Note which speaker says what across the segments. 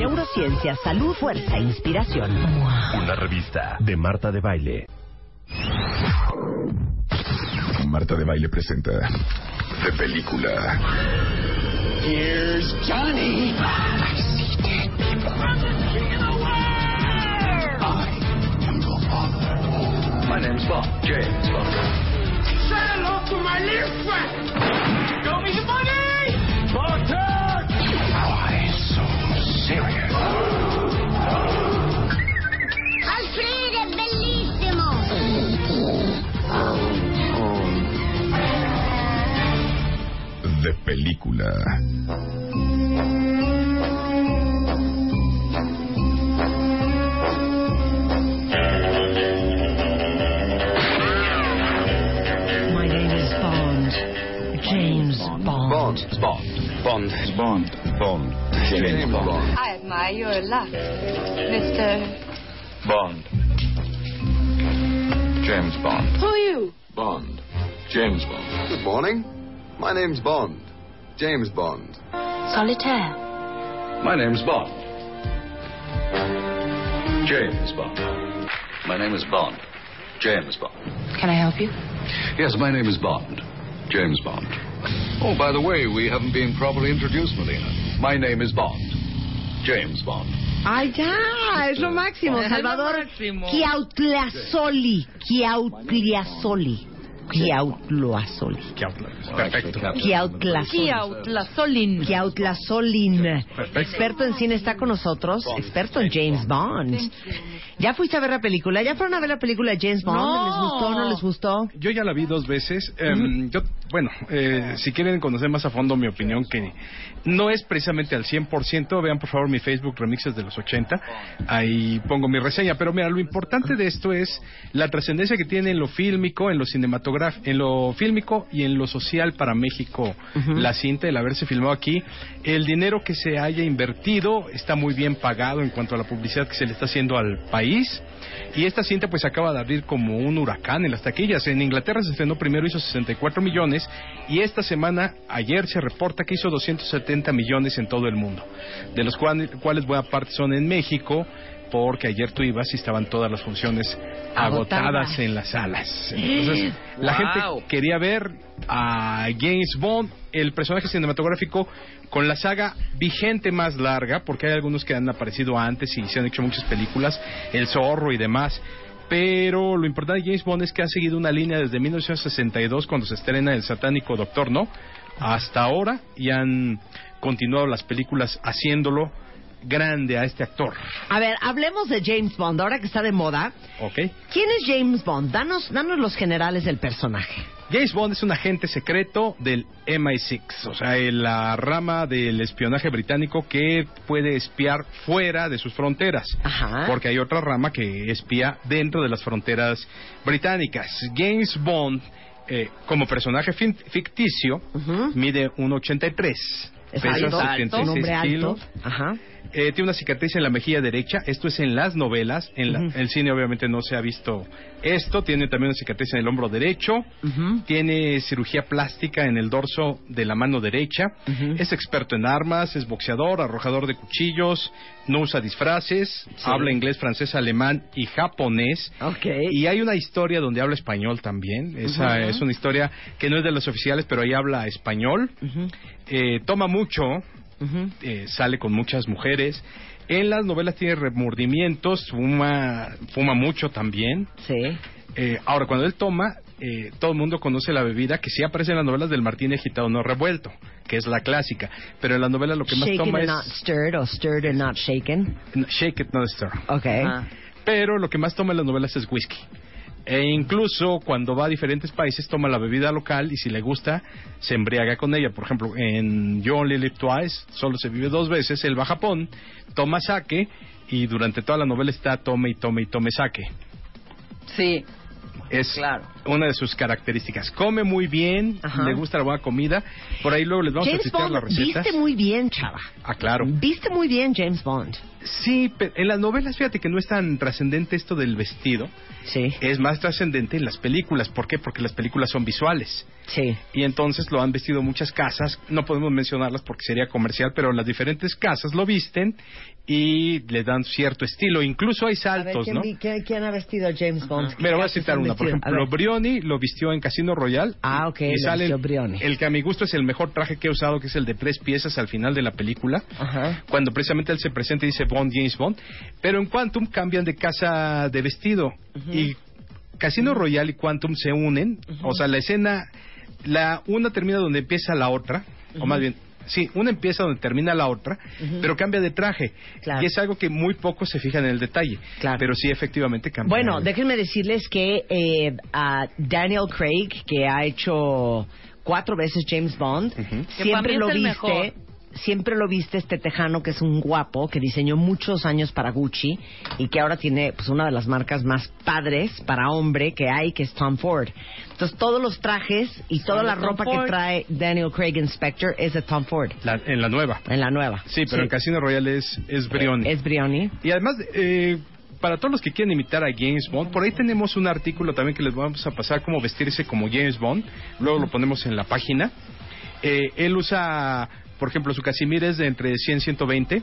Speaker 1: Neurociencia, salud, fuerza, e inspiración.
Speaker 2: Una revista de Marta de Baile.
Speaker 3: Marta de Baile presenta de película.
Speaker 4: Here's Johnny. I see dead people. I am your father. My name's Bob. James Bob. Say hello to my little friend. Show me the money. Bartek. Why so serious?
Speaker 5: Alfredo è bellissimo!
Speaker 3: De película.
Speaker 1: My name is Bond. James Bond.
Speaker 4: Bond. Bond.
Speaker 3: Bond. Bond.
Speaker 4: James Bond.
Speaker 6: I admire your luck, Mr.
Speaker 4: Bond. James Bond.
Speaker 6: Who are you?
Speaker 4: Bond. James Bond.
Speaker 7: Good morning. My name's Bond. James Bond.
Speaker 6: Solitaire.
Speaker 4: My name's Bond. James Bond. My name is Bond. James Bond.
Speaker 6: Can I help you?
Speaker 4: Yes, my name is Bond. James Bond. Oh, by the way, we haven't been properly introduced, Melina. My name is Bond. James Bond.
Speaker 1: Ay, ya, es lo máximo, Salvador. Kiautlasoli. Kiautlasoli. Kiautlasoli.
Speaker 4: Perfecto.
Speaker 1: Kiautlasoli.
Speaker 6: Kiautlasolin.
Speaker 1: Kiautlasolin. Experto en cine está con nosotros, experto en James Bond. ¿Ya fuiste a ver la película? ¿Ya fueron a ver la película de James Bond?
Speaker 6: No.
Speaker 1: ¿Les gustó? ¿No les gustó?
Speaker 8: Yo ya la vi dos veces. Em, yo, bueno, eh, si quieren conocer más a fondo mi opinión, que no es precisamente al 100%, vean por favor mi Facebook Remixes de los 80. Ahí pongo mi reseña. Pero mira, lo importante de esto es la trascendencia que tiene en lo fílmico, en lo cinematográfico, en lo fílmico y en lo social para México la cinta, el haberse filmado aquí. El dinero que se haya invertido está muy bien pagado en cuanto a la publicidad que se le está haciendo al país. Y esta cinta pues acaba de abrir como un huracán en las taquillas. En Inglaterra se estrenó primero, hizo 64 millones y esta semana, ayer se reporta que hizo 270 millones en todo el mundo, de los cual- cuales buena parte son en México, porque ayer tú ibas y estaban todas las funciones
Speaker 1: Agotadas.
Speaker 8: agotadas, en las salas. Entonces, la gente quería ver a James Bond, el personaje cinematográfico con la saga vigente más larga, porque hay algunos que han aparecido antes y se han hecho muchas películas, El Zorro y demás. Pero lo importante de James Bond es que ha seguido una línea desde 1962, cuando se estrena El Satánico Doctor, ¿no? Hasta ahora y han continuado las películas haciéndolo grande a este actor,
Speaker 1: A ver, hablemos de James Bond, ahora que está de moda.
Speaker 8: ¿ok?
Speaker 1: ¿Quién es James Bond? Danos, danos los generales del personaje.
Speaker 8: James Bond es un agente secreto del MI6, o sea, el- la rama del espionaje británico que puede espiar fuera de sus fronteras.
Speaker 1: Ajá.
Speaker 8: Porque hay otra rama que espía dentro de las fronteras británicas. James Bond, eh, como personaje fin- ficticio,
Speaker 1: Ujú.
Speaker 8: mide 1,83. Pesa
Speaker 1: Exacto.
Speaker 8: 76
Speaker 1: Un hombre alto.
Speaker 8: kilos.
Speaker 1: Ajá.
Speaker 8: Eh, tiene una cicatriz en la mejilla derecha. Esto es en las novelas. En la-
Speaker 1: Ujú.
Speaker 8: el cine obviamente no se ha visto esto. Tiene también una cicatriz en el hombro derecho.
Speaker 1: Ujú.
Speaker 8: Tiene cirugía plástica en el dorso de la mano derecha.
Speaker 1: Ujú.
Speaker 8: Es experto en armas, es boxeador, arrojador de cuchillos, no usa disfraces, habla inglés, francés, alemán y japonés.
Speaker 1: Ah, Ok.
Speaker 8: Y hay una historia donde habla español también. Esa
Speaker 1: Ujú.
Speaker 8: es una historia que no es de los oficiales, pero ahí habla español.
Speaker 1: Ujú,
Speaker 8: Eh, toma mucho,
Speaker 1: ujú.
Speaker 8: eh, sale con muchas mujeres. En las novelas tiene remordimientos, fuma, fuma mucho también.
Speaker 1: Sí.
Speaker 8: Eh, ahora, cuando él toma, eh, todo el mundo conoce la bebida que sí aparece en las novelas del Martín agitado no revuelto, que es la clásica. Pero en las novelas lo que más
Speaker 1: Shaken
Speaker 8: toma
Speaker 1: and
Speaker 8: es
Speaker 1: not stirred o stirred and not shaken.
Speaker 8: no, shake it, not stir.
Speaker 1: Ok.
Speaker 8: Pero lo que más toma en las novelas es whisky. E incluso cuando va a diferentes países toma la bebida local y si le gusta se embriaga con ella. Por ejemplo, en You Only Live Twice solo se vive dos veces. Él va a Japón, toma sake y durante toda la novela está tome y tome y tome sake.
Speaker 9: Sí.
Speaker 8: Es
Speaker 9: Claro.
Speaker 8: una de sus características. Come muy bien,
Speaker 1: Ajá.
Speaker 8: le gusta la buena comida. Por ahí luego les vamos a
Speaker 1: James
Speaker 8: citar las
Speaker 1: Bond
Speaker 8: recetas.
Speaker 1: viste muy bien, chava.
Speaker 8: Ah, claro.
Speaker 1: Viste muy bien James Bond.
Speaker 8: Sí, pe- en las novelas fíjate que no es tan trascendente esto del vestido.
Speaker 1: Sí.
Speaker 8: es más trascendente en las películas. ¿Por qué? Porque las películas son visuales.
Speaker 1: Sí.
Speaker 8: Y entonces lo han vestido muchas casas, no podemos mencionarlas porque sería comercial, pero las diferentes casas lo visten y le dan cierto estilo. Incluso hay saltos, ¿no?
Speaker 1: ha vestido a James Bond?
Speaker 8: Mira, voy a citar una. Por ejemplo, Brioni lo vistió en Casino Royal.
Speaker 1: Ah, ok,
Speaker 8: Y
Speaker 1: lo
Speaker 8: sale
Speaker 1: vistió Brioni.
Speaker 8: El que a mi gusto es el mejor traje que he usado, que es el de tres piezas al final de la película
Speaker 1: Ajá.
Speaker 8: cuando precisamente él se presenta y dice Bond, James Bond, pero en Quantum cambian de casa de vestido y Casino Royale y Quantum se unen, o sea, la escena, la una termina donde empieza la otra, o más bien, sí, una empieza donde termina la otra, pero cambia de traje
Speaker 1: Claro.
Speaker 8: y es algo que muy pocos se fijan en el detalle,
Speaker 1: Claro.
Speaker 8: pero sí efectivamente cambia.
Speaker 1: Bueno,
Speaker 8: el-
Speaker 1: déjenme decirles que eh, a Daniel Craig, que ha hecho cuatro veces James Bond,
Speaker 6: Que para mí
Speaker 1: siempre
Speaker 6: es
Speaker 1: lo
Speaker 6: el
Speaker 1: viste.
Speaker 6: mejor.
Speaker 1: Siempre lo viste este tejano que es un guapo que diseñó muchos años para Gucci y que ahora tiene pues una de las marcas más padres para hombre que hay que es Tom Ford. Entonces todos los trajes y toda
Speaker 6: de
Speaker 1: la
Speaker 6: Tom
Speaker 1: ropa
Speaker 6: Ford.
Speaker 1: que trae Daniel Craig Inspector es de Tom Ford
Speaker 8: la- en la nueva.
Speaker 1: en la nueva.
Speaker 8: Sí, pero en Casino Royale es, es Brioni.
Speaker 1: Es Brioni.
Speaker 8: Y además, eh, para todos los que quieren imitar a James Bond, por ahí tenemos un artículo también que les vamos a pasar cómo vestirse como James Bond. Luego lo ponemos en la página. Eh, él usa, por ejemplo, su casimir es de entre 100 y 120.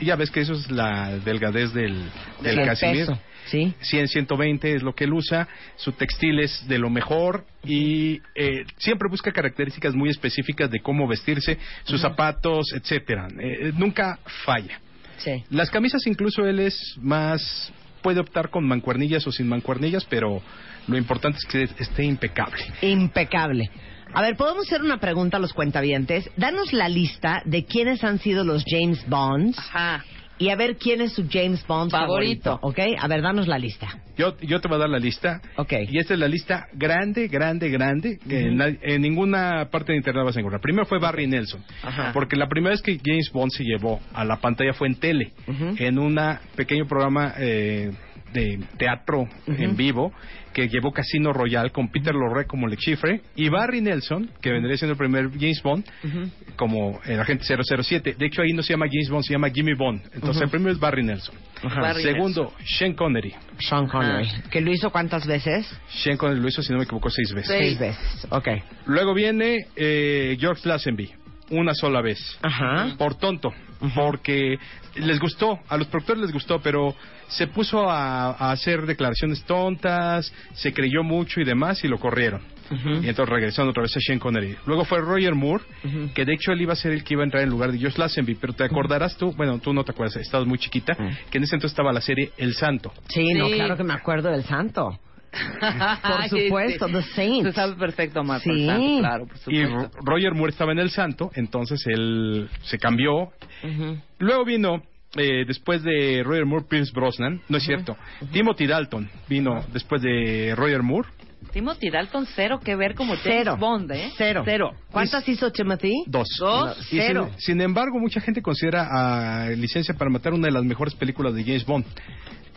Speaker 8: Y- Ya ves que eso es la delgadez del, del
Speaker 1: Sí, el
Speaker 8: casimir.
Speaker 1: peso, Sí.
Speaker 8: 100, 120 es lo que él usa, su textil es de lo mejor y eh, siempre busca características muy específicas de cómo vestirse, sus zapatos, etcétera. Eh, nunca falla.
Speaker 1: Sí.
Speaker 8: Las camisas incluso él es más puede optar con mancuernillas o sin mancuernillas, pero lo importante es que esté impecable.
Speaker 1: Impecable. A ver, podemos hacer una pregunta a los cuentavientes. Danos la lista de quiénes han sido los James Bonds
Speaker 9: Ajá.
Speaker 1: y a ver quién es su James Bond favorito.
Speaker 9: Favorito.
Speaker 1: ¿Ok? A ver, danos la lista.
Speaker 8: Yo, yo te voy a dar la lista.
Speaker 1: Ok.
Speaker 8: Y esta es la lista grande, grande, grande. que en, la- en ninguna parte de internet vas a encontrar. Primero fue Barry Nelson.
Speaker 9: Ajá.
Speaker 8: Porque la primera vez que James Bond se llevó a la pantalla fue en tele. En un pequeño programa eh, de teatro en vivo que llevó Casino Royal con Peter Lorre como Le Chiffre y Barry Nelson, que vendría siendo el primer James Bond, como el agente 007. De hecho, ahí no se llama James Bond, se llama Jimmy Bond. Entonces, el primero es Barry Nelson.
Speaker 9: Barry
Speaker 8: Segundo, Sean Connery.
Speaker 1: Sean Connery. ¿Que lo hizo cuántas veces?
Speaker 8: Sean Connery lo hizo, si no me equivoco, seis veces.
Speaker 9: Sí.
Speaker 1: Seis veces. Ok.
Speaker 8: Luego viene eh, George Lazenby, una sola vez.
Speaker 1: Ajá.
Speaker 8: Por tonto, porque les gustó, a los productores les gustó, pero se puso a, a hacer declaraciones tontas, se creyó mucho y demás, y lo corrieron. Y entonces regresando otra vez a Sean Connery. Luego fue Roger Moore, que de hecho él iba a ser el que iba a entrar en lugar de George Lazenby, pero te acordarás tú, bueno, tú no te acuerdas, estabas muy chiquita, que en ese entonces estaba la serie El Santo.
Speaker 1: Sí, no,
Speaker 9: Sí.
Speaker 1: claro que me acuerdo del santo. Por supuesto, The Saints.
Speaker 9: Se sabe este, perfecto, Marta.
Speaker 1: Sí.
Speaker 9: Sanz, claro, por
Speaker 8: Y Ro-
Speaker 9: supuesto.
Speaker 8: Roger Moore estaba en El Santo, entonces él se cambió. Luego vino, eh, después de Roger Moore, Pierce Brosnan. No es cierto. Timothy Dalton vino después de Roger Moore.
Speaker 9: Timothy Dalton, cero que ver como James
Speaker 1: Cero.
Speaker 9: Bond, ¿eh?
Speaker 1: Cero.
Speaker 9: Cero.
Speaker 1: ¿Cuántas hizo Timothy?
Speaker 8: Dos.
Speaker 9: Dos,
Speaker 8: Y sin-
Speaker 1: cero.
Speaker 8: Sin, embargo, mucha gente considera a Licencia para Matar una de las mejores películas de James Bond.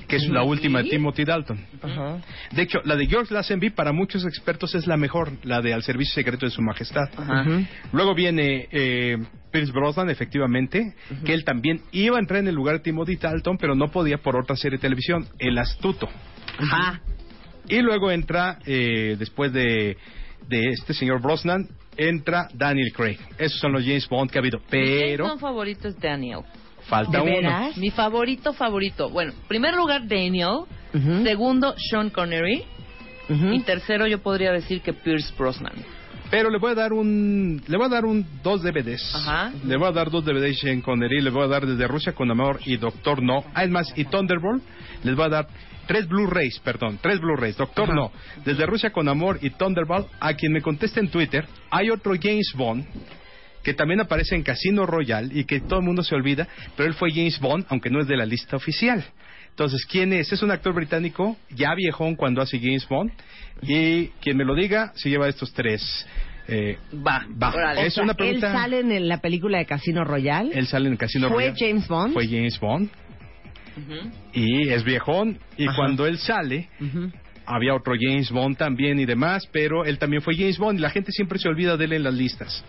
Speaker 8: que es la última de Timothy Dalton.
Speaker 10: Ajá.
Speaker 8: De hecho, la de George Lazenby para muchos expertos es la mejor, la de Al Servicio Secreto de Su Majestad.
Speaker 10: Ujú.
Speaker 8: Luego viene eh, Pierce Brosnan, efectivamente, que él también iba a entrar en el lugar de Timothy Dalton, pero no podía por otra serie de televisión, El Astuto.
Speaker 9: Ah.
Speaker 8: Y luego entra, eh, después de, de este señor Brosnan, entra Daniel Craig. Esos son los James Bond que ha habido,
Speaker 9: Mi
Speaker 8: pero
Speaker 9: Jason favorito es Daniel.
Speaker 8: falta uno.
Speaker 1: Ah,
Speaker 9: Mi favorito favorito. Bueno, primer lugar Daniel, segundo Sean Connery y tercero yo podría decir que Pierce Brosnan.
Speaker 8: Pero le voy a dar un, le voy a dar un dos DVDs.
Speaker 9: Ajá.
Speaker 8: Le voy a dar dos DVDs Shane Connery, le voy a dar desde Rusia con Amor y Doctor No. Además, y Thunderbolt, les voy a dar tres Blu-rays, perdón, tres Blu-rays. Doctor No, desde Rusia con Amor y Thunderbolt. A quien me conteste en Twitter, hay otro James Bond que también aparece en Casino Royale y que todo el mundo se olvida, pero él fue James Bond, aunque no es de la lista oficial. Entonces, ¿quién es? Es un actor británico, ya viejón cuando hace James Bond, y quien me lo diga, se lleva estos tres. Eh,
Speaker 9: va,
Speaker 1: Órale.
Speaker 8: Es
Speaker 1: O sea,
Speaker 8: una pregunta.
Speaker 1: Él sale en la película de Casino Royale.
Speaker 8: Él sale en Casino
Speaker 1: ¿Fue
Speaker 8: Royale.
Speaker 1: James Bond?
Speaker 8: Fue James Bond. Y es viejón. Y cuando él sale, había otro James Bond también y demás, pero él también fue James Bond. Y la gente siempre se olvida de él en las listas.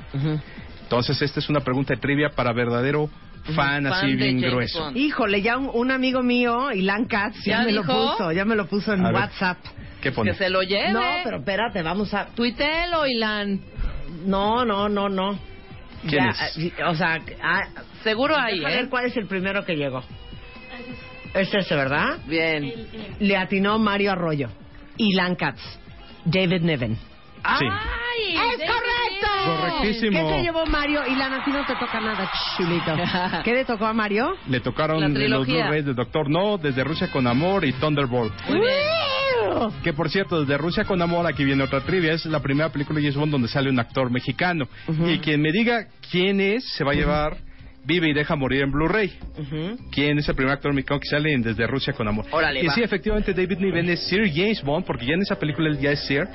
Speaker 8: Entonces, esta es una pregunta de trivia para verdadero fan, así bien grueso.
Speaker 1: Híjole, ya un, un amigo mío, Ilan Katz, ya,
Speaker 9: ¿Ya
Speaker 1: me lo
Speaker 9: dijo?
Speaker 1: puso, ya me lo puso en
Speaker 8: A ver.
Speaker 1: WhatsApp.
Speaker 8: ¿Qué pone?
Speaker 9: Que se lo lleve.
Speaker 1: No, pero espérate, vamos a...
Speaker 9: Tuitelo, Ilan.
Speaker 1: No, no, no, no.
Speaker 8: ¿Quién
Speaker 1: Ya,
Speaker 8: es?
Speaker 1: eh, O sea, ah,
Speaker 9: Seguro hay,
Speaker 1: deja
Speaker 9: ¿eh?
Speaker 1: ver cuál es el primero que llegó. Es ese, ¿verdad?
Speaker 9: Bien.
Speaker 1: Le atinó Mario Arroyo, Ilan Katz, David Niven.
Speaker 8: Sí.
Speaker 9: ¡Ay!
Speaker 1: ¡Es
Speaker 9: David
Speaker 1: correcto!
Speaker 9: Niven.
Speaker 8: Correctísimo.
Speaker 1: ¿Qué se llevó Mario? Ilan, a ti no te toca nada, chulito. ¿Qué le tocó a Mario?
Speaker 8: Le
Speaker 9: La
Speaker 8: tocaron los
Speaker 9: trilogía.
Speaker 8: Blu-rays de Doctor No, desde Rusia con Amor y Thunderbolt.
Speaker 9: Muy bien.
Speaker 8: Que por cierto, desde Rusia con Amor, aquí viene otra trivia, es la primera película de James Bond donde sale un actor mexicano. Y quien me diga quién es, se va a llevar Vive y deja morir en Blu-ray. ¿Quién es el primer actor mexicano que sale en desde Rusia con Amor?
Speaker 9: Órale,
Speaker 8: y
Speaker 9: va.
Speaker 8: sí, efectivamente, David Niven es Sir James Bond, porque ya en esa película él ya es Sir,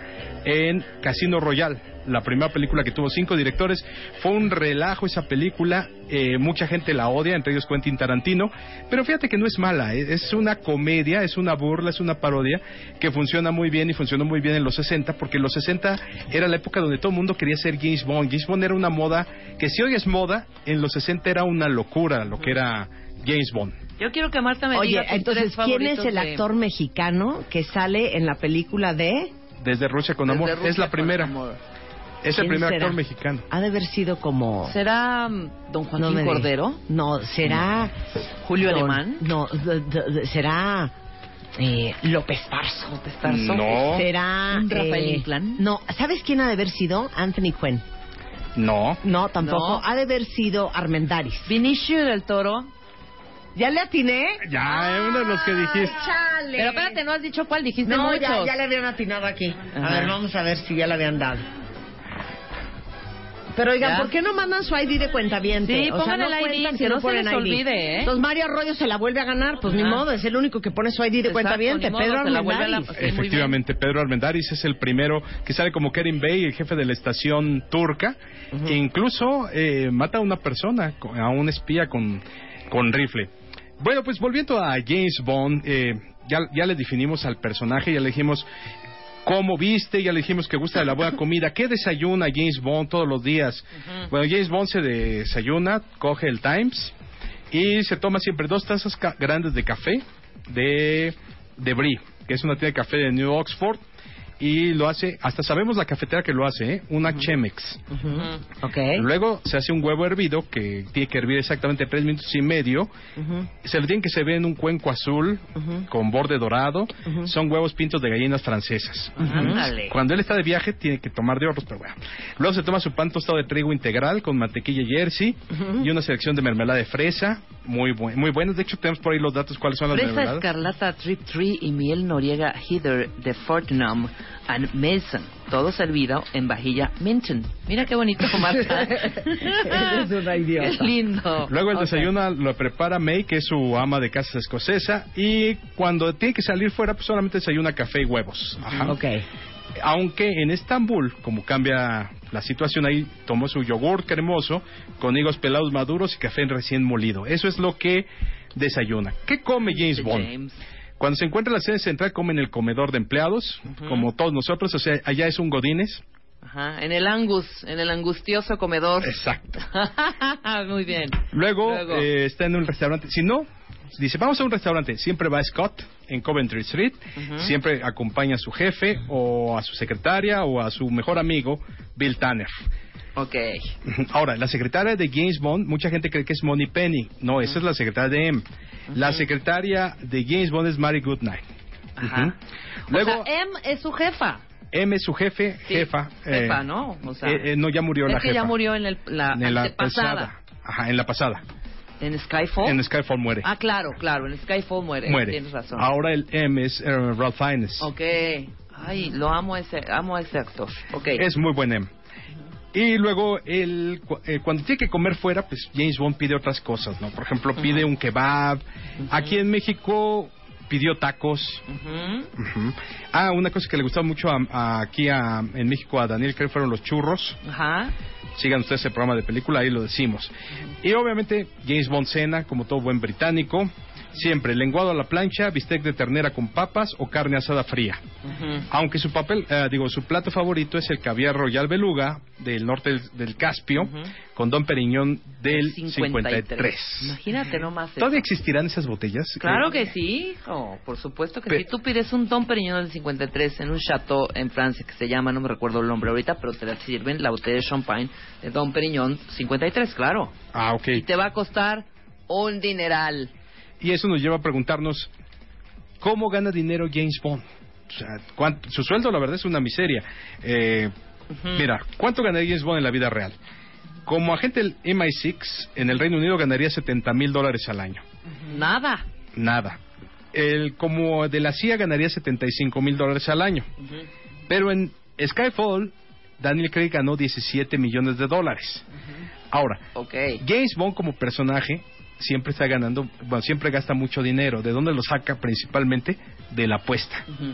Speaker 8: en Casino Royale. La primera película que tuvo cinco directores. Fue un relajo esa película. eh, mucha gente la odia, entre ellos Quentin Tarantino. Pero fíjate que no es mala. eh, Es una comedia, es una burla, es una parodia que funciona muy bien y funcionó muy bien en los 60, porque en los 60 era la época donde todo el mundo quería ser James Bond. James Bond era una moda que si hoy es moda, en los 60 era una locura lo que era James Bond.
Speaker 9: Yo quiero que Marta me
Speaker 1: Oye,
Speaker 9: diga tus
Speaker 1: entonces,
Speaker 9: tres
Speaker 1: ¿quién es
Speaker 9: favoritos
Speaker 1: el
Speaker 9: de-
Speaker 1: actor mexicano que sale en la película de...
Speaker 8: Desde Rusia con
Speaker 9: Desde
Speaker 8: amor.
Speaker 9: Rusia
Speaker 8: es la
Speaker 9: con
Speaker 8: primera.
Speaker 9: Amor.
Speaker 8: Es el
Speaker 1: ¿Quién
Speaker 8: primer
Speaker 1: será?
Speaker 8: actor mexicano.
Speaker 1: Ha de haber sido
Speaker 8: Oh.
Speaker 1: como...
Speaker 9: ¿Será mm, Don Joaquín
Speaker 1: me di-
Speaker 9: Cordero?
Speaker 1: No, será...
Speaker 9: ¿Julio
Speaker 1: Don-
Speaker 9: Alemán?
Speaker 1: No, d- d- d- será... eh, López Tarso.
Speaker 9: López Tarso.
Speaker 8: No.
Speaker 1: Será...
Speaker 9: ¿Un Rafael
Speaker 1: eh,
Speaker 9: Inclán?
Speaker 1: No, ¿sabes quién ha de haber sido? Anthony Quinn.
Speaker 8: No.
Speaker 1: No, tampoco.
Speaker 9: No.
Speaker 1: Ha de haber sido Armendaris.
Speaker 9: Vinicio del Toro.
Speaker 1: ¿Ya le atiné?
Speaker 8: Ya, es uno de los que dijiste.
Speaker 9: Ah,
Speaker 1: ¡Chale!
Speaker 9: Pero espérate, no has dicho cuál, dijiste
Speaker 1: No,
Speaker 9: muchos.
Speaker 1: ya, ya le habían atinado aquí. A
Speaker 9: Ajá.
Speaker 1: ver, vamos a ver si ya le habían dado. Pero oigan,
Speaker 9: ¿Ya?
Speaker 1: ¿por qué no mandan su ID de cuenta bien?
Speaker 9: Sí, pongan el ID, que no se les olvide, ¿eh?
Speaker 1: Entonces Mario Arroyo se la vuelve a ganar, pues ni
Speaker 9: Ajá.
Speaker 1: modo, es el único que pone su ID de
Speaker 9: Exacto,
Speaker 1: cuenta bien.
Speaker 9: ni modo,
Speaker 1: Pedro
Speaker 9: se la vuelve a la-
Speaker 1: Armendáriz.
Speaker 9: Sí, muy bien.
Speaker 8: Efectivamente, Pedro Armendáriz es el primero que sale como Kerim Bey, el jefe de la estación turca, que incluso eh, mata a una persona, co- a un espía con, con rifle. Bueno, pues volviendo a James Bond, eh, ya, ya le definimos al personaje, ya le dijimos cómo viste, ya le dijimos que gusta de la buena comida, qué desayuna James Bond todos los días. Bueno, James Bond se desayuna, coge el Times y se toma siempre dos tazas ca- grandes de café de, de Brie, que es una tienda de café de New Oxford. Y lo hace, hasta sabemos la cafetera que lo hace, ¿eh? una Chemex.
Speaker 1: Ok.
Speaker 8: Luego se hace un huevo hervido que tiene que hervir exactamente tres minutos y medio. Se le tiene que se ve en un cuenco azul con borde dorado. Son huevos pintos de gallinas francesas.
Speaker 9: Ándale.
Speaker 8: Cuando él está de viaje tiene que tomar de otros, pero bueno. Luego se toma su pan tostado de trigo integral con mantequilla jersey y una selección de mermelada de fresa, muy buen, muy buenas. De hecho tenemos por ahí los datos cuáles son las
Speaker 9: Fresa
Speaker 8: mermeladas.
Speaker 9: escarlata Trip Tree y miel noriega Heather de Fortnum and Mason. Todo servido en vajilla Minton. Mira qué bonito, Marta.
Speaker 1: Eres una idiota.
Speaker 9: Qué lindo.
Speaker 8: Luego el
Speaker 9: Ok.
Speaker 8: desayuno lo prepara May, que es su ama de casa escocesa, y cuando tiene que salir fuera, pues solamente desayuna café y huevos. Ajá.
Speaker 1: Ok.
Speaker 8: Aunque en Estambul, como cambia la situación ahí, tomó su yogur cremoso con higos pelados maduros y café recién molido. Eso es lo que desayuna. ¿Qué come James Bond?
Speaker 9: James.
Speaker 8: Cuando se encuentra en la sede central, come en el comedor de empleados, como todos nosotros, o sea, allá es un Godínez.
Speaker 9: Ajá, en el Angus, en el angustioso comedor.
Speaker 8: Exacto.
Speaker 9: Muy bien.
Speaker 8: Luego,
Speaker 9: Luego.
Speaker 8: eh, está en un restaurante. Si no, dice, vamos a un restaurante. Siempre va Scott en Coventry Street. Siempre acompaña a su jefe o a su secretaria o a su mejor amigo, Bill Tanner.
Speaker 9: Ok.
Speaker 8: Ahora, la secretaria de James Bond, mucha gente cree que es Money Penny. No, esa es la secretaria de M. La secretaria de James Bond es Mary Goodnight.
Speaker 9: Ajá.
Speaker 8: Ujú. Luego,
Speaker 9: O sea, M es su jefa.
Speaker 8: M es su jefe,
Speaker 9: Sí,
Speaker 8: jefa.
Speaker 9: jefa, ¿no? O sea,
Speaker 8: eh, eh, no, ya murió
Speaker 9: es
Speaker 8: la
Speaker 9: que
Speaker 8: jefa.
Speaker 9: ya murió en el- la
Speaker 8: En la
Speaker 9: antepasada.
Speaker 8: pasada. Ajá, en la pasada.
Speaker 9: ¿En Skyfall?
Speaker 8: En Skyfall muere.
Speaker 9: Ah, claro, claro. En Skyfall muere.
Speaker 8: muere.
Speaker 9: Tienes razón.
Speaker 8: Ahora el M es eh, Ralph Fiennes.
Speaker 9: Ok. Ay, lo amo a ese, amo a ese actor. Ok.
Speaker 8: Es muy buen M. Y luego, el, cu- eh, cuando tiene que comer fuera, pues James Bond pide otras cosas, ¿no? Por ejemplo, pide un kebab. Aquí en México pidió tacos.
Speaker 9: Ujú.
Speaker 8: Ujú. Ah, una cosa que le gustaba mucho a- a- aquí a- en México a Daniel, creo que fueron los churros.
Speaker 9: Ajá.
Speaker 8: Sigan ustedes el programa de película, ahí lo decimos. Y obviamente James Bond cena, como todo buen británico. Siempre lenguado a la plancha, bistec de ternera con papas o carne asada fría.
Speaker 9: Ujú.
Speaker 8: Aunque su papel, eh, digo, su plato favorito es el caviar Royal Beluga del norte del, del Caspio
Speaker 9: Ujú.
Speaker 8: con Don Periñón del 53.
Speaker 9: Imagínate nomás. eso.
Speaker 8: ¿Todavía existirán esas botellas?
Speaker 9: Claro
Speaker 8: Eh,
Speaker 9: que sí, hijo. Por supuesto que
Speaker 8: Pe-
Speaker 9: sí. Tú pides un Don Periñón del 53 en un chateau en Francia que se llama, no me recuerdo el nombre ahorita, pero te la sirven la botella de champagne de Don Periñón 53, claro.
Speaker 8: Ah, ok.
Speaker 9: Te va a costar un dineral.
Speaker 8: Y eso nos lleva a preguntarnos, ¿cómo gana dinero James Bond? O sea, ¿cuánto- su sueldo, la verdad, es una miseria. Eh,
Speaker 9: Ujú.
Speaker 8: Mira, ¿cuánto ganaría James Bond en la vida real? Como agente del MI6, en el Reino Unido ganaría 70 mil dólares al año.
Speaker 9: Nada.
Speaker 8: Nada. El, como de la CIA ganaría 75 mil dólares al año. Pero en Skyfall, Daniel Craig ganó 17 millones de dólares. Ahora,
Speaker 9: Ok.
Speaker 8: James Bond como personaje siempre está ganando, bueno, siempre gasta mucho dinero. ¿De dónde lo saca? Principalmente de la apuesta.
Speaker 9: Ujú.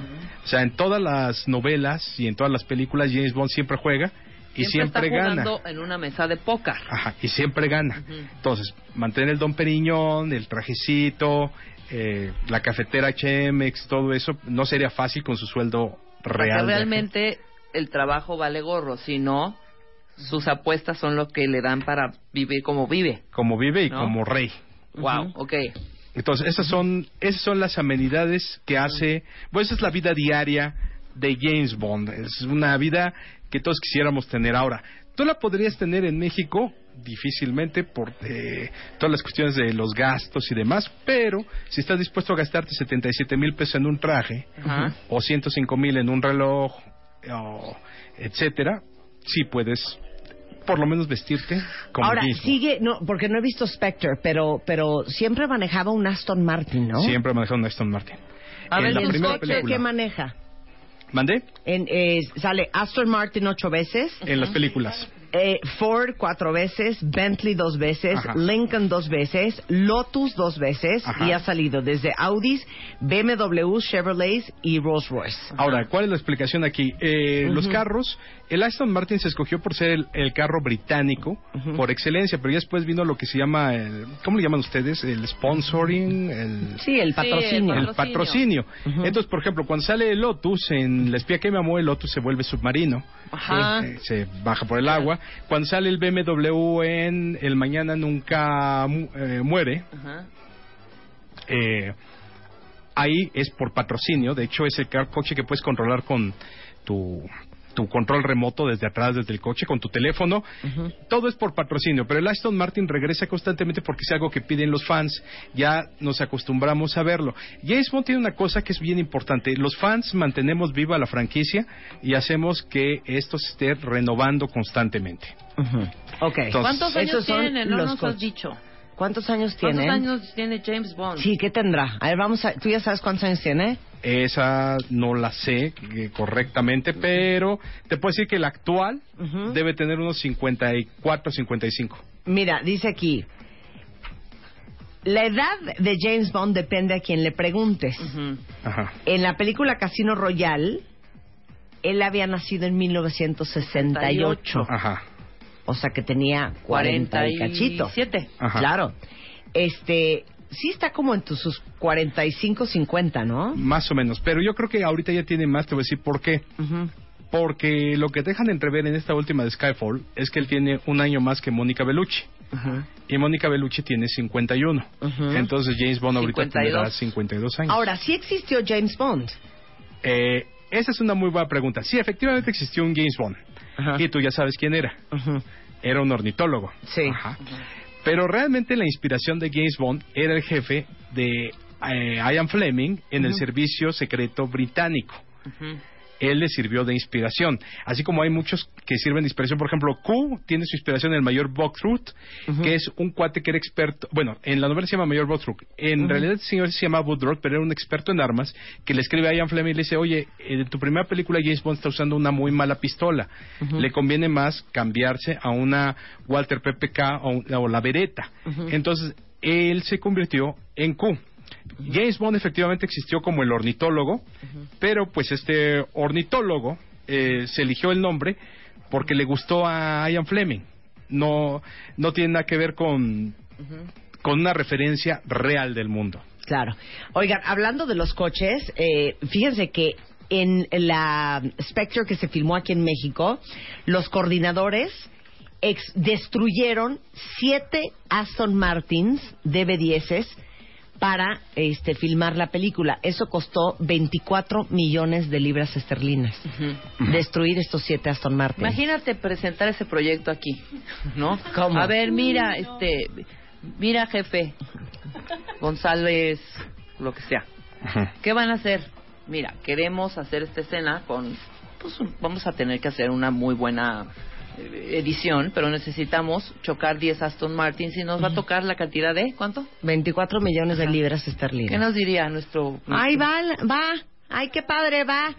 Speaker 8: O sea, en todas las novelas y en todas las películas James Bond siempre juega y siempre,
Speaker 9: está
Speaker 8: gana. Ah,
Speaker 9: jugando en una mesa de póker.
Speaker 8: Ajá, y siempre gana.
Speaker 9: Ujú.
Speaker 8: Entonces, mantener el Don Periñón, el trajecito, eh, la cafetera Chemex, todo eso, no sería fácil con su sueldo
Speaker 9: Porque
Speaker 8: real.
Speaker 9: realmente el trabajo vale gorro, si no, sus apuestas son lo que le dan para vivir como vive.
Speaker 8: Como vive y
Speaker 9: ¿No?
Speaker 8: como rey.
Speaker 9: Wow, ok.
Speaker 8: Entonces, esas son, esas son las amenidades que hace, pues esa es la vida diaria de James Bond. Es una vida que todos quisiéramos tener ahora. ¿Tú la podrías tener en México? Difícilmente por eh, todas las cuestiones de los gastos y demás, pero si estás dispuesto a gastarte 77 mil pesos en un traje
Speaker 9: Ajá.
Speaker 8: o 105 mil en un reloj, o etcétera, sí puedes por lo menos vestirte como
Speaker 1: Ahora,
Speaker 8: James Bond.
Speaker 1: sigue, no, porque no he visto Spectre, pero, pero siempre manejaba un Aston Martin, ¿no?
Speaker 8: Siempre manejando Aston Martin.
Speaker 9: A
Speaker 8: en
Speaker 9: ver,
Speaker 8: la
Speaker 9: ¿y el
Speaker 8: primera
Speaker 9: coche
Speaker 8: película.
Speaker 1: ¿Qué maneja?
Speaker 8: ¿Mandé?
Speaker 1: En, eh, sale Aston Martin ocho veces,
Speaker 8: en las películas.
Speaker 1: eh, Ford cuatro veces, Bentley dos veces,
Speaker 8: Ajá.
Speaker 1: Lincoln dos veces, Lotus dos veces
Speaker 8: Ajá.
Speaker 1: y ha salido desde Audis, BMW, Chevrolets y Rolls Royce.
Speaker 8: Ahora, ¿cuál es la explicación aquí? Eh, Los carros, el Aston Martin se escogió por ser el, el carro británico por excelencia, pero ya después vino lo que se llama, el, ¿cómo le llaman ustedes? El sponsoring, el,
Speaker 1: Sí, el patrocinio.
Speaker 8: el patrocinio. Entonces, por ejemplo, cuando sale el Lotus, en La espía que me amó, el Lotus se vuelve submarino,
Speaker 9: Ajá.
Speaker 8: eh, se baja por el agua. Cuando sale el BMW en El mañana nunca mu- eh, muere,
Speaker 9: Ajá.
Speaker 8: eh, ahí es por patrocinio. De hecho, es el car- coche que puedes controlar con tu, tu control remoto desde atrás, desde el coche, con tu teléfono. Todo es por patrocinio. Pero el Aston Martin regresa constantemente porque es algo que piden los fans. Ya nos acostumbramos a verlo. James Bond tiene una cosa que es bien importante. Los fans mantenemos viva la franquicia y hacemos que esto se esté renovando constantemente.
Speaker 1: Ok.
Speaker 8: Entonces-
Speaker 9: ¿Cuántos años
Speaker 1: Esos son
Speaker 9: tiene? No
Speaker 1: los
Speaker 9: nos has
Speaker 1: coches.
Speaker 9: dicho.
Speaker 1: ¿Cuántos años
Speaker 9: ¿Cuántos
Speaker 1: tiene?
Speaker 9: años tiene James Bond?
Speaker 1: Sí, ¿qué tendrá? A ver, vamos a... ¿Tú ya sabes cuántos años tiene?
Speaker 8: Esa no la sé eh, correctamente, pero te puedo decir que el actual
Speaker 1: Ujú.
Speaker 8: debe tener unos 54, 55.
Speaker 1: Mira, dice aquí. La edad de James Bond depende a quien le preguntes.
Speaker 9: Ujú.
Speaker 8: Ajá.
Speaker 1: En la película Casino Royale, él había nacido en 1968.
Speaker 8: Ajá.
Speaker 1: O sea que tenía 40 y cachitos.
Speaker 9: Siete.
Speaker 8: Ajá.
Speaker 1: Claro. Este, sí está como en tus sus 45, 50, ¿no?
Speaker 8: Más o menos. Pero yo creo que ahorita ya tiene más, te voy a decir por qué.
Speaker 1: Ujú.
Speaker 8: Porque lo que dejan de entrever en esta última de Skyfall es que él tiene un año más que Mónica Bellucci.
Speaker 1: Ajá.
Speaker 8: Y Mónica Bellucci tiene 51.
Speaker 1: Ujú.
Speaker 8: Entonces James Bond ahorita
Speaker 9: 52.
Speaker 8: tendrá 52 años.
Speaker 1: Ahora, sí existió James Bond.
Speaker 8: Eh, esa es una muy buena pregunta. Sí, efectivamente existió un James Bond.
Speaker 1: Ajá.
Speaker 8: Y tú ya sabes quién era. Era un ornitólogo.
Speaker 1: Sí.
Speaker 8: Ajá. Pero realmente la inspiración de James Bond era el jefe de eh, Ian Fleming en el servicio secreto británico. Él le sirvió de inspiración. Así como hay muchos que sirven de inspiración, por ejemplo, Q tiene su inspiración en el mayor Bogtruth, que es un cuate que era experto. Bueno, en la novela se llama Mayor Bogtruth. En realidad el señor se llama Woodrock, pero era un experto en armas que le escribe a Ian Fleming y le dice: Oye, en tu primera película James Bond está usando una muy mala pistola. Le conviene más cambiarse a una Walter PPK o, un- o la Beretta. Entonces él se convirtió en Q. James Bond efectivamente existió como el ornitólogo, pero pues este ornitólogo eh, se eligió el nombre porque le gustó a Ian Fleming. No, no tiene nada que ver con, con una referencia real del mundo.
Speaker 1: Claro. Oigan, hablando de los coches, eh, fíjense que en la Spectre que se filmó aquí en México, los coordinadores ex- destruyeron siete Aston Martins DB10s para este, filmar la película. Eso costó 24 millones de libras esterlinas. Destruir estos siete Aston Martins.
Speaker 9: Imagínate presentar ese proyecto aquí, ¿no?
Speaker 1: ¿Cómo?
Speaker 9: A ver, mira, este, mira jefe, González, lo que sea. ¿Qué van a hacer? Mira, queremos hacer esta escena con, pues un- vamos a tener que hacer una muy buena eh, edición, pero necesitamos chocar 10 Aston Martins y nos va a tocar la cantidad de, ¿cuánto?
Speaker 1: 24 millones de libras
Speaker 9: ¿Qué
Speaker 1: esterlinas.
Speaker 9: nos diría nuestro...
Speaker 1: Ay, va, va. Ay, qué padre, va.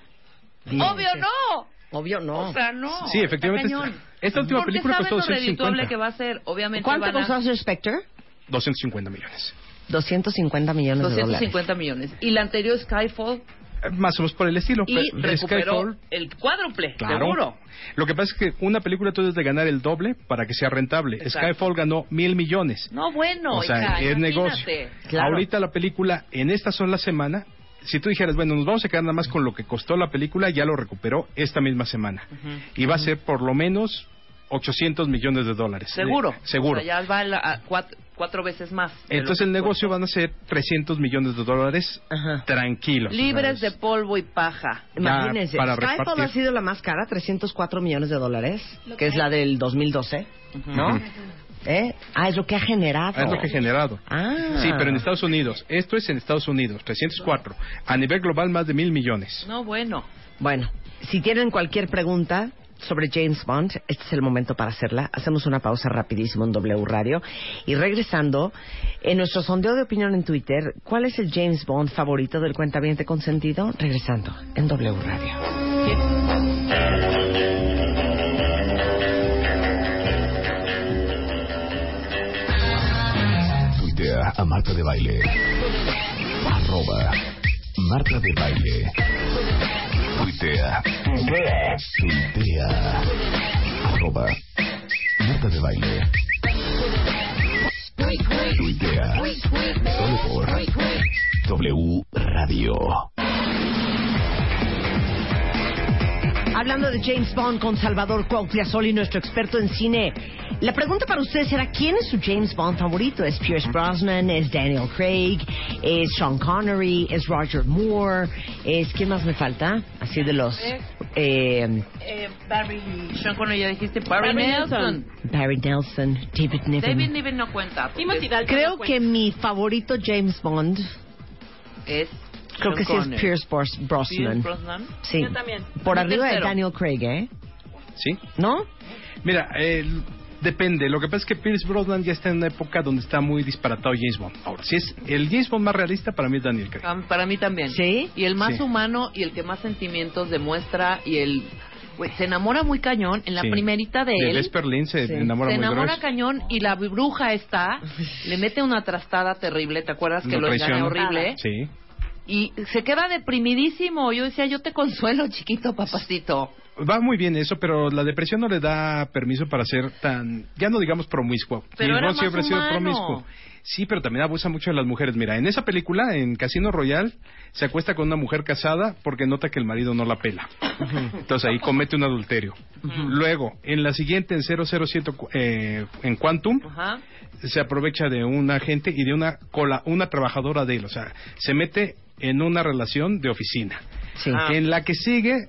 Speaker 9: Obvio no.
Speaker 1: Obvio no.
Speaker 9: O sea, no.
Speaker 8: Sí, efectivamente,
Speaker 9: Está cañón.
Speaker 8: esta- esta última
Speaker 9: Porque
Speaker 8: película
Speaker 9: saben
Speaker 8: costó
Speaker 9: lo redituable
Speaker 8: 250.
Speaker 9: que va a ser, obviamente.
Speaker 1: ¿Cuánto
Speaker 9: van a-
Speaker 1: costó hacer Spectre?
Speaker 8: 250 millones.
Speaker 1: 250 millones de
Speaker 9: 250 millones. Y la anterior Skyfall
Speaker 8: Eh, Más o menos por el estilo.
Speaker 9: y
Speaker 8: pero-
Speaker 9: recuperó
Speaker 8: Pues, Skyfall,
Speaker 9: el cuádruple,
Speaker 8: claro.
Speaker 9: seguro.
Speaker 8: Lo que pasa es que una película tú debes de ganar el doble para que sea rentable.
Speaker 9: Exacto.
Speaker 8: Skyfall ganó mil millones.
Speaker 9: No, bueno,
Speaker 8: o sea,
Speaker 9: hija,
Speaker 8: es
Speaker 9: imagínate.
Speaker 8: negocio.
Speaker 1: Claro.
Speaker 8: Ahorita la película, en esta sola semana, si tú dijeras, bueno, nos vamos a quedar nada más con lo que costó la película, ya lo recuperó esta misma semana. Y va a ser por lo menos 800 millones de dólares.
Speaker 9: Seguro.
Speaker 8: Eh, seguro.
Speaker 9: O sea, ya va a la- a cuatro, cuatro veces más. de lo
Speaker 8: Entonces
Speaker 9: que
Speaker 8: el negocio
Speaker 9: costó.
Speaker 8: van a ser 300 millones de dólares
Speaker 1: Ajá.
Speaker 8: tranquilos.
Speaker 9: Libres de
Speaker 8: ¿sabes?
Speaker 9: polvo y paja.
Speaker 1: Imagínense,
Speaker 8: Ya, para
Speaker 1: Skyfall
Speaker 8: repartir.
Speaker 1: ha sido la más cara, 304 millones de dólares, que es la del 2012, ¿no? ¿Eh? Ah, es lo que ha generado.
Speaker 8: Es lo que ha generado.
Speaker 1: Ah.
Speaker 8: Sí, pero en Estados Unidos. Esto es en Estados Unidos, 304. A nivel global, más de mil millones.
Speaker 9: No, bueno.
Speaker 1: Bueno, si tienen cualquier pregunta sobre James Bond, este es el momento para hacerla. Hacemos una pausa rapidísimo en W Radio. Y regresando, en nuestro sondeo de opinión en Twitter, ¿cuál es el James Bond favorito del cuentaviente consentido? Regresando en W Radio.
Speaker 3: Tuitea a Marta de Baile. Arroba Marta de Baile. Tuitea. Tuitea. Arroba Marta de Baile. Tuitea. Solo por W Radio.
Speaker 1: Hablando de James Bond con Salvador Cuauhtiazoli, nuestro experto en cine. La pregunta para ustedes era, ¿quién es su James Bond favorito? ¿Es Pierce Brosnan? ¿Es Daniel Craig? ¿Es Sean Connery? ¿Es Roger Moore? ¿Es quién más me falta? Así de los... eh,
Speaker 9: Sean Connery, ya dijiste. Barry,
Speaker 6: Barry
Speaker 9: Nelson.
Speaker 1: Barry Nelson, David Niven.
Speaker 9: David Niven no cuenta. porque
Speaker 6: Timothy Dalton
Speaker 1: Creo
Speaker 6: no
Speaker 1: que
Speaker 6: cuenta.
Speaker 1: mi favorito James Bond,
Speaker 9: Es.
Speaker 1: creo
Speaker 9: Sean
Speaker 1: que sí es
Speaker 9: Connery.
Speaker 1: Pierce Bros-
Speaker 9: Pierce
Speaker 1: Brosnan.
Speaker 9: Brosnan.
Speaker 1: Sí.
Speaker 6: Yo también.
Speaker 1: Por
Speaker 9: Mi
Speaker 1: arriba de
Speaker 9: tercero.
Speaker 1: Daniel Craig, ¿eh?
Speaker 8: ¿Sí?
Speaker 1: ¿No?
Speaker 8: Mira, eh, depende. Lo que pasa es que Pierce Brosnan ya está en una época donde está muy disparatado James Bond. Ahora, si es el James Bond más realista, para mí es Daniel Craig.
Speaker 9: Am- Para mí también.
Speaker 1: ¿Sí?
Speaker 9: Y el más
Speaker 8: Sí.
Speaker 9: humano y el que más sentimientos demuestra y el... güey, se enamora muy cañón en la
Speaker 8: Sí.
Speaker 9: primerita de
Speaker 8: De
Speaker 9: él.
Speaker 8: Les Perlin se
Speaker 1: Sí.
Speaker 8: enamora
Speaker 9: se
Speaker 8: muy
Speaker 9: enamora
Speaker 8: grueso.
Speaker 9: cañón y la bruja está, le mete una trastada terrible, ¿te acuerdas que lo, engaña
Speaker 8: traiciona.
Speaker 9: horrible?
Speaker 8: Ah, Sí.
Speaker 9: Y se queda deprimidísimo. Yo decía, yo te consuelo, chiquito papacito.
Speaker 8: va muy bien eso, pero la depresión no le da permiso para ser tan, ya no digamos promiscuo.
Speaker 9: Pero era
Speaker 8: Gilmore siempre
Speaker 9: más
Speaker 8: ha sido
Speaker 9: humano.
Speaker 8: promiscuo. Sí, pero también abusa mucho de las mujeres. Mira, en esa película, en Casino Royal, se acuesta con una mujer casada porque nota que el marido no la pela. Entonces ahí comete un adulterio. Luego, en la siguiente, en 007, eh, en Quantum,
Speaker 9: Ajá.
Speaker 8: se aprovecha de un agente y de una cola, una trabajadora de él, o sea, se mete en una relación de oficina.
Speaker 1: Sí.
Speaker 9: Ah.
Speaker 8: En la que sigue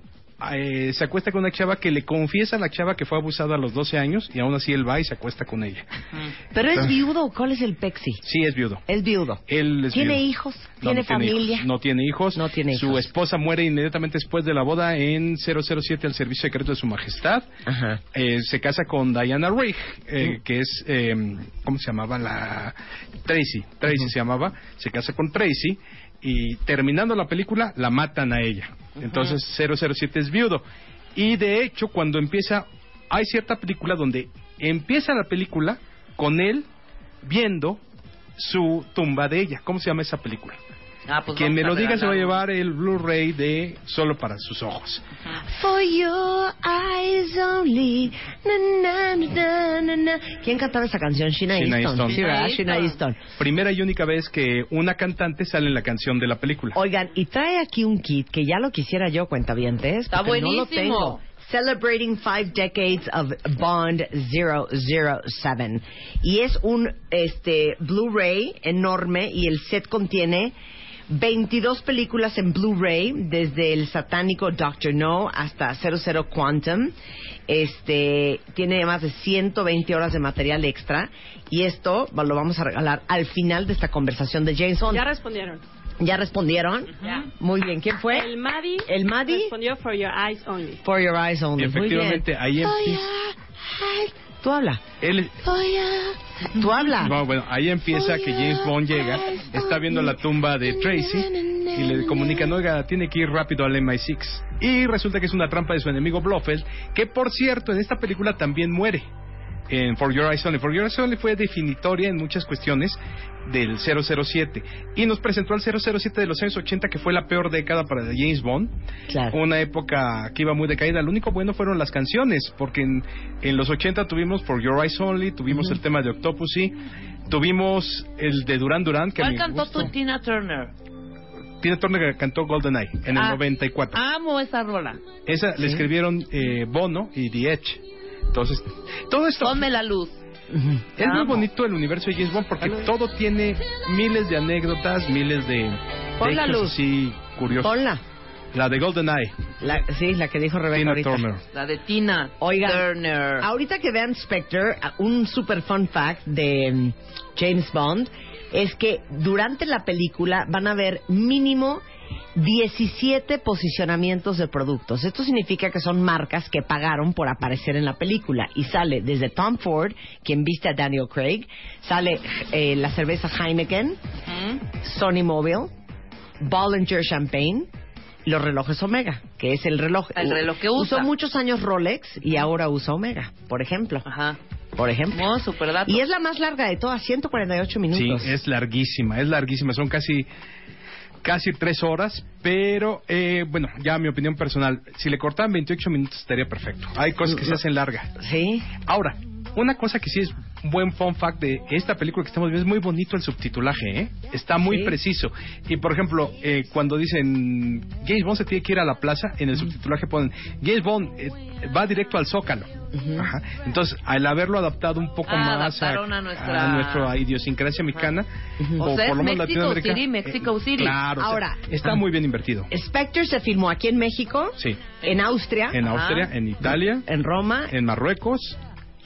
Speaker 8: eh, se acuesta con una chava que le confiesa a la chava que fue abusada a los 12 años y aún así él va y se acuesta con ella.
Speaker 1: Pero es viudo, ¿cuál es el pexi?
Speaker 8: Sí es viudo.
Speaker 1: Es viudo.
Speaker 8: Él es
Speaker 1: ¿Tiene
Speaker 8: viudo.
Speaker 1: hijos? ¿Tiene
Speaker 8: No, no tiene hijos.
Speaker 1: familia?
Speaker 8: no tiene hijos.
Speaker 1: No tiene
Speaker 8: Su
Speaker 1: hijos.
Speaker 8: esposa muere inmediatamente después de la boda en 007 al servicio secreto de su majestad.
Speaker 1: Ajá. Mm.
Speaker 8: Eh, se casa con Diana Rigg, eh, que es, eh, ¿cómo se llamaba? la Tracy, Tracy se llamaba, se casa con Tracy y terminando la película la matan a ella. Entonces 007 es viudo. Y de hecho, cuando empieza, hay cierta película donde empieza la película con él viendo su tumba de ella. ¿Cómo se llama esa película?
Speaker 9: Ah, pues
Speaker 8: Quien
Speaker 9: vamos
Speaker 8: me
Speaker 9: a
Speaker 8: lo diga se va a
Speaker 9: regalar.
Speaker 8: llevar el Blu-ray de Solo para sus ojos.
Speaker 1: For your eyes only. Na, na, na, na, na. ¿Quién cantaba esa canción? Sheena
Speaker 8: Sheena
Speaker 1: Easton.
Speaker 8: Easton.
Speaker 1: Sí, ¿verdad?
Speaker 9: Sheena
Speaker 1: Sheena
Speaker 9: Easton.
Speaker 1: Easton.
Speaker 8: Primera y única vez que una cantante sale en la canción de la película.
Speaker 1: Oigan, y trae aquí un kit que ya lo quisiera yo, cuentavientes.
Speaker 9: Está
Speaker 1: porque No lo
Speaker 9: buenísimo.
Speaker 1: tengo. Celebrating Five Decades of Bond 007. Y es un este Blu-ray enorme y el set contiene 22 películas en Blu-ray, desde el satánico Doctor No hasta 00 Quantum. Este tiene más de 120 horas de material extra y esto lo vamos a regalar al final de esta conversación de James Bond.
Speaker 10: Ya respondieron.
Speaker 1: ¿Ya respondieron?
Speaker 10: Ya.
Speaker 1: Muy bien, ¿quién fue?
Speaker 10: El Madi.
Speaker 1: ¿El Madi?
Speaker 10: Respondió For Your Eyes Only.
Speaker 1: For Your Eyes Only.
Speaker 8: Efectivamente,
Speaker 1: Muy
Speaker 8: ahí
Speaker 1: bien.
Speaker 8: empieza.
Speaker 1: Tú habla.
Speaker 8: él-
Speaker 1: Tú habla.
Speaker 8: no, bueno, ahí empieza que James Bond llega, está viendo la tumba de Tracy y le comunican, oiga, tiene que ir rápido al MI6. Y resulta que es una trampa de su enemigo Blofeld, que por cierto, en esta película también muere. En For Your Eyes Only. For Your Eyes Only fue definitoria en muchas cuestiones del 007. Y nos presentó al 007 de los años 80, que fue la peor década para James Bond.
Speaker 1: Claro.
Speaker 8: una época que iba muy decaída. Lo único bueno fueron las canciones, porque en, en los 80 tuvimos For Your Eyes Only, tuvimos el tema de Octopussy, tuvimos el de Duran Duran, que a
Speaker 9: ¿Cuál
Speaker 8: mi
Speaker 9: cantó
Speaker 8: gusto-
Speaker 9: tu Tina Turner?
Speaker 8: Tina Turner cantó GoldenEye en
Speaker 9: Ah,
Speaker 8: el 94.
Speaker 9: Amo esa rola.
Speaker 8: Esa le escribieron eh, Bono y The Edge. Entonces, todo esto...
Speaker 9: Ponme la luz.
Speaker 8: Es muy
Speaker 9: Amo.
Speaker 8: bonito el universo de James Bond porque todo tiene miles de anécdotas, miles de, de
Speaker 1: Pon la
Speaker 8: hechos
Speaker 1: luz.
Speaker 8: así curiosos.
Speaker 1: Ponla.
Speaker 8: La de GoldenEye,
Speaker 1: La, sí, la que dijo Rebeca
Speaker 8: Tina
Speaker 1: ahorita.
Speaker 8: Turner.
Speaker 9: La de Tina
Speaker 1: Oigan,
Speaker 9: Turner.
Speaker 1: Ahorita que vean Spectre, a- un super fun fact de mm, James Bond es que durante la película van a ver mínimo 17 posicionamientos de productos. Esto significa que son marcas que pagaron por aparecer en la película y sale desde Tom Ford, quien viste a Daniel Craig, sale eh, la cerveza Heineken,
Speaker 9: ¿Mm?
Speaker 1: Sony Mobile, Bollinger Champagne, los relojes Omega, que es el reloj.
Speaker 9: El reloj que
Speaker 1: Usó
Speaker 9: usa.
Speaker 1: muchos años Rolex y ahora usa Omega, por ejemplo.
Speaker 9: Ajá.
Speaker 1: Por ejemplo.
Speaker 9: No, super dato.
Speaker 1: Y es la más larga de todas, 148 minutos.
Speaker 8: Sí, es larguísima, es larguísima, son casi casi tres horas, pero eh, bueno, ya mi opinión personal, si le cortaban 28 minutos estaría perfecto. Hay cosas que se hacen largas.
Speaker 1: Sí.
Speaker 8: Ahora, una cosa que sí es buen fun fact de esta película que estamos viendo es muy bonito el subtitulaje, ¿eh? Está muy
Speaker 1: Sí.
Speaker 8: preciso. Y por ejemplo, eh, cuando dicen James Bond se tiene que ir a la plaza, en el subtitulaje ponen James Bond eh, va directo al zócalo. Ajá. Entonces, al haberlo adaptado un poco
Speaker 9: Ah,
Speaker 8: más a,
Speaker 9: adaptaron a nuestra-
Speaker 8: a nuestra idiosincrasia mexicana,
Speaker 9: O sea, es Mexico
Speaker 8: latinoamericana,
Speaker 9: City, Mexico City.
Speaker 8: eh, claro, o sea,
Speaker 1: Ahora-
Speaker 8: está
Speaker 1: Ajá.
Speaker 8: muy bien invertido.
Speaker 1: Spectre se filmó aquí en México,
Speaker 8: Sí,
Speaker 1: en Austria,
Speaker 8: en Austria, en
Speaker 9: Ah.
Speaker 8: Italia,
Speaker 1: en Roma
Speaker 8: en Marruecos.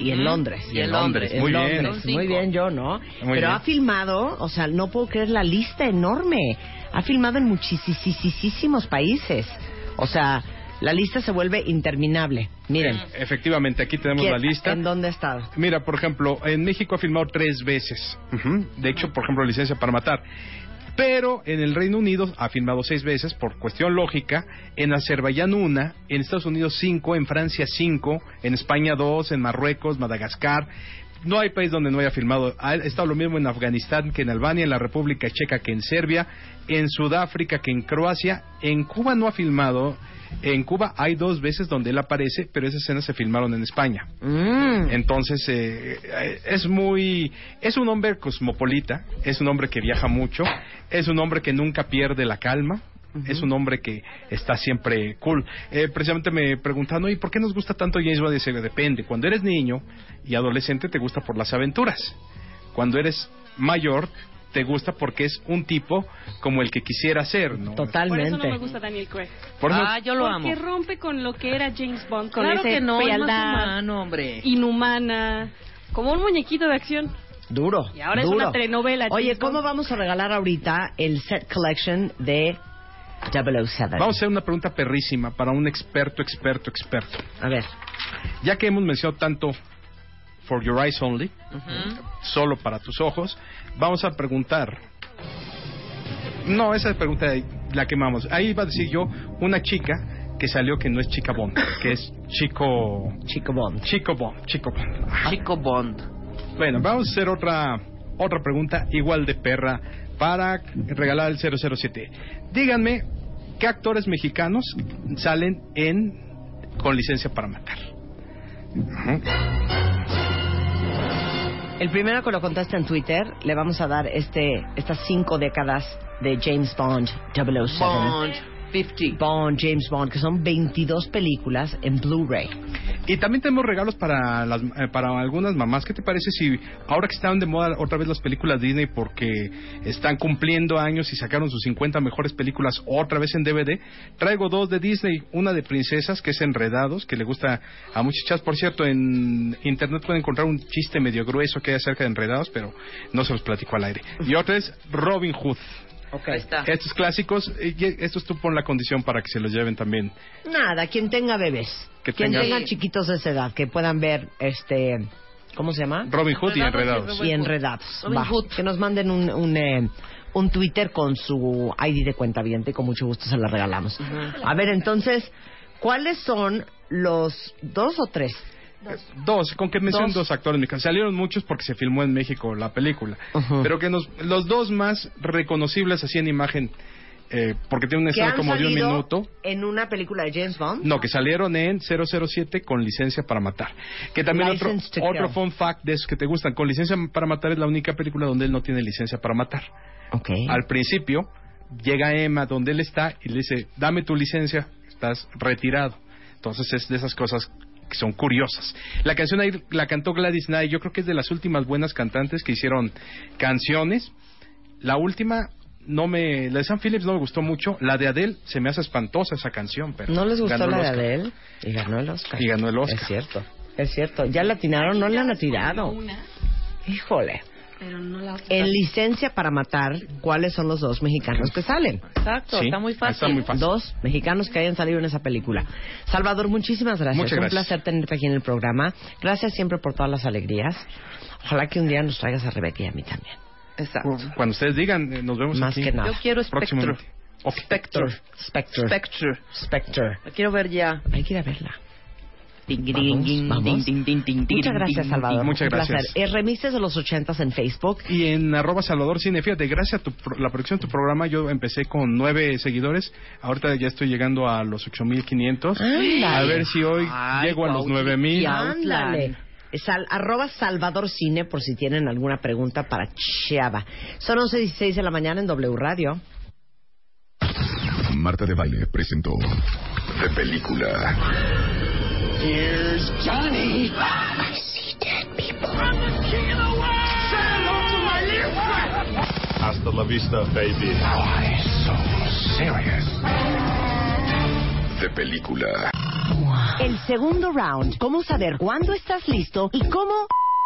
Speaker 1: y en Londres.
Speaker 9: Y en Londres.
Speaker 1: En
Speaker 8: Muy bien.
Speaker 1: Londres.
Speaker 9: Son cinco.
Speaker 1: Muy bien, yo, ¿no? Pero
Speaker 8: bien.
Speaker 1: ha filmado, o sea, no puedo creer la lista enorme. Ha filmado en muchísimos países. O sea, la lista se vuelve interminable. Miren.
Speaker 8: Efectivamente, aquí tenemos
Speaker 1: ¿Quién-
Speaker 8: la lista.
Speaker 1: ¿En dónde ha estado?
Speaker 8: Mira, por ejemplo, en México ha filmado tres veces. Ujú. De hecho, por ejemplo, Licencia para Matar. Pero en el Reino Unido ha filmado seis veces, por cuestión lógica. En Azerbaiyán una, en Estados Unidos cinco, en Francia cinco, en España dos, en Marruecos, Madagascar. No hay país donde no haya filmado. Ha estado lo mismo en Afganistán que en Albania, en la República Checa que en Serbia, en Sudáfrica que en Croacia. En Cuba no ha filmado. En Cuba hay dos veces donde él aparece, pero esas escenas se filmaron en España.
Speaker 9: Mm.
Speaker 8: Entonces, eh, eh, es muy. Es un hombre cosmopolita, es un hombre que viaja mucho, es un hombre que nunca pierde la calma. Es un hombre que está siempre cool. Eh, precisamente me preguntan, ¿y por qué nos gusta tanto James Bond? Dice, depende. Cuando eres niño y adolescente te gusta por las aventuras. Cuando eres mayor te gusta porque es un tipo como el que quisiera ser, ¿no?
Speaker 10: Por eso
Speaker 1: Totalmente.
Speaker 10: no me gusta Daniel Craig.
Speaker 8: Por eso-
Speaker 9: Ah, yo lo amo.
Speaker 10: Porque rompe con lo que era James Bond, con
Speaker 9: Claro
Speaker 10: esa
Speaker 9: que no, es
Speaker 10: frialdad
Speaker 9: más humano, hombre.
Speaker 10: inhumana, como un muñequito de acción.
Speaker 1: Duro.
Speaker 10: Y ahora es
Speaker 1: duro.
Speaker 10: una telenovela,
Speaker 1: Oye,
Speaker 10: James Bond.
Speaker 1: ¿cómo vamos a regalar ahorita el set collection de 007?
Speaker 8: Vamos a hacer una pregunta perrísima para un experto, experto, experto.
Speaker 1: A ver.
Speaker 8: Ya que hemos mencionado tanto For Your Eyes Only, solo para tus ojos, vamos a preguntar. No, esa pregunta la quemamos. Ahí iba a decir yo una chica que salió que no es chica Bond, que es chico.
Speaker 1: Chico Bond.
Speaker 8: Chico Bond, chico Bond.
Speaker 9: Chico Bond.
Speaker 8: Bueno, vamos a hacer otra otra pregunta igual de perra para regalar el 007. Díganme qué actores mexicanos salen en con licencia para matar.
Speaker 1: El primero que lo contesta en Twitter, le vamos a dar este estas cinco décadas de James Bond 007.
Speaker 9: Bond 50.
Speaker 1: Bond, James Bond, que son 22 películas en Blu-ray.
Speaker 8: Y también tenemos regalos para las, eh, para algunas mamás. ¿Qué te parece si ahora que están de moda otra vez las películas Disney porque están cumpliendo años y sacaron sus 50 mejores películas otra vez en DVD? Traigo dos de Disney, una de princesas que es Enredados, que le gusta a muchachas. Por cierto, en internet pueden encontrar un chiste medio grueso que hay acerca de Enredados, pero no se los platico al aire. Y otra es Robin Hood.
Speaker 9: Ahí está.
Speaker 8: Estos clásicos, eh, y estos tú pon la condición para que se los lleven también.
Speaker 1: Nada, quien tenga bebés,
Speaker 8: Que
Speaker 1: quien
Speaker 8: tenga-
Speaker 1: tenga chiquitos de esa edad, que puedan ver este, ¿cómo se llama?
Speaker 8: Robin Hood y
Speaker 9: Enredados,
Speaker 8: Enredados.
Speaker 1: y enredados.
Speaker 9: Robin
Speaker 1: Va.
Speaker 9: Hood.
Speaker 1: Que nos manden un, un, eh, un Twitter con su ID de cuenta viente y con mucho gusto se la regalamos. A ver, entonces, ¿cuáles son los dos o tres?
Speaker 8: Dos, con que mencionen
Speaker 1: Dos.
Speaker 8: dos. actores mexicanos. Salieron muchos porque se filmó en México la película.
Speaker 1: Ujú.
Speaker 8: Pero que nos, los dos más reconocibles así en imagen, eh, porque tiene una
Speaker 1: Que
Speaker 8: escena
Speaker 1: han
Speaker 8: como de un
Speaker 1: salido
Speaker 8: minuto.
Speaker 1: en una película de James Bond.
Speaker 8: No, que salieron en 007 con licencia para matar. Que también otro,
Speaker 1: License to
Speaker 8: otro
Speaker 1: Kill.
Speaker 8: fun fact de esos que te gustan. Con licencia para matar es la única película donde él no tiene licencia para matar.
Speaker 1: Ok.
Speaker 8: Al principio llega Emma donde él está y le dice, dame tu licencia, estás retirado. Entonces es de esas cosas que son curiosas. La canción ahí la cantó Gladys Knight, yo creo que es de las últimas buenas cantantes que hicieron canciones. La última no me, la de Sam Phillips no me gustó mucho, la de Adele se me hace espantosa esa canción, pero
Speaker 1: ¿No les gustó
Speaker 8: ganó el
Speaker 1: la de
Speaker 8: Oscar.
Speaker 1: Adele? Y ganó el Oscar.
Speaker 8: Y ganó el Oscar.
Speaker 1: Es cierto, es cierto. ¿Ya la atinaron? No la han atinado.
Speaker 10: Una,
Speaker 1: Híjole.
Speaker 10: pero no la otra.
Speaker 1: En licencia para matar, ¿cuáles son los dos mexicanos que salen?
Speaker 9: Exacto,
Speaker 8: Sí,
Speaker 9: está muy fácil.
Speaker 8: está muy fácil.
Speaker 1: Dos mexicanos que hayan salido en esa película. Salvador, muchísimas gracias.
Speaker 8: Muchas
Speaker 1: Un
Speaker 8: gracias.
Speaker 1: placer tenerte aquí en el programa. Gracias siempre por todas las alegrías. Ojalá que un día nos traigas a Rebeca y a mí también.
Speaker 9: Exacto.
Speaker 8: Cuando ustedes digan, eh, nos vemos
Speaker 1: Más
Speaker 8: aquí
Speaker 1: que nada.
Speaker 9: Yo quiero Spectre.
Speaker 8: próximamente. Ok.
Speaker 9: Spectre.
Speaker 1: Spectre.
Speaker 9: Spectre.
Speaker 1: Spectre.
Speaker 9: La quiero ver ya.
Speaker 1: Hay que ir a verla.
Speaker 9: Ding,
Speaker 1: Vamos,
Speaker 9: ding,
Speaker 1: vamos.
Speaker 9: ding, ding, ding, ding,
Speaker 1: Muchas
Speaker 9: ding,
Speaker 1: gracias,
Speaker 9: ding,
Speaker 1: Salvador.
Speaker 8: Muchas
Speaker 1: Un
Speaker 8: gracias.
Speaker 1: placer. Es Remises de los ochentas en Facebook.
Speaker 8: Y en arroba Salvador Cine, fíjate, gracias a tu pro- la producción de tu programa, yo empecé con nueve seguidores, ahorita ya estoy llegando a los 8500.
Speaker 1: Ándale.
Speaker 8: A ver si hoy
Speaker 9: Ah, Ay,
Speaker 8: llego a los
Speaker 9: Cuauhtli-
Speaker 8: 9000.
Speaker 9: ya. Outland.
Speaker 1: Ándale. Sal- arroba Salvador Cine por si tienen alguna pregunta para Chava. Son 11.16 de la mañana en W Radio.
Speaker 3: Marta de Baile presentó De Película.
Speaker 4: Say hello to my little friend.
Speaker 3: Hasta la vista, baby. Why so serious? De Película.
Speaker 1: El segundo round. Cómo saber cuándo estás listo y cómo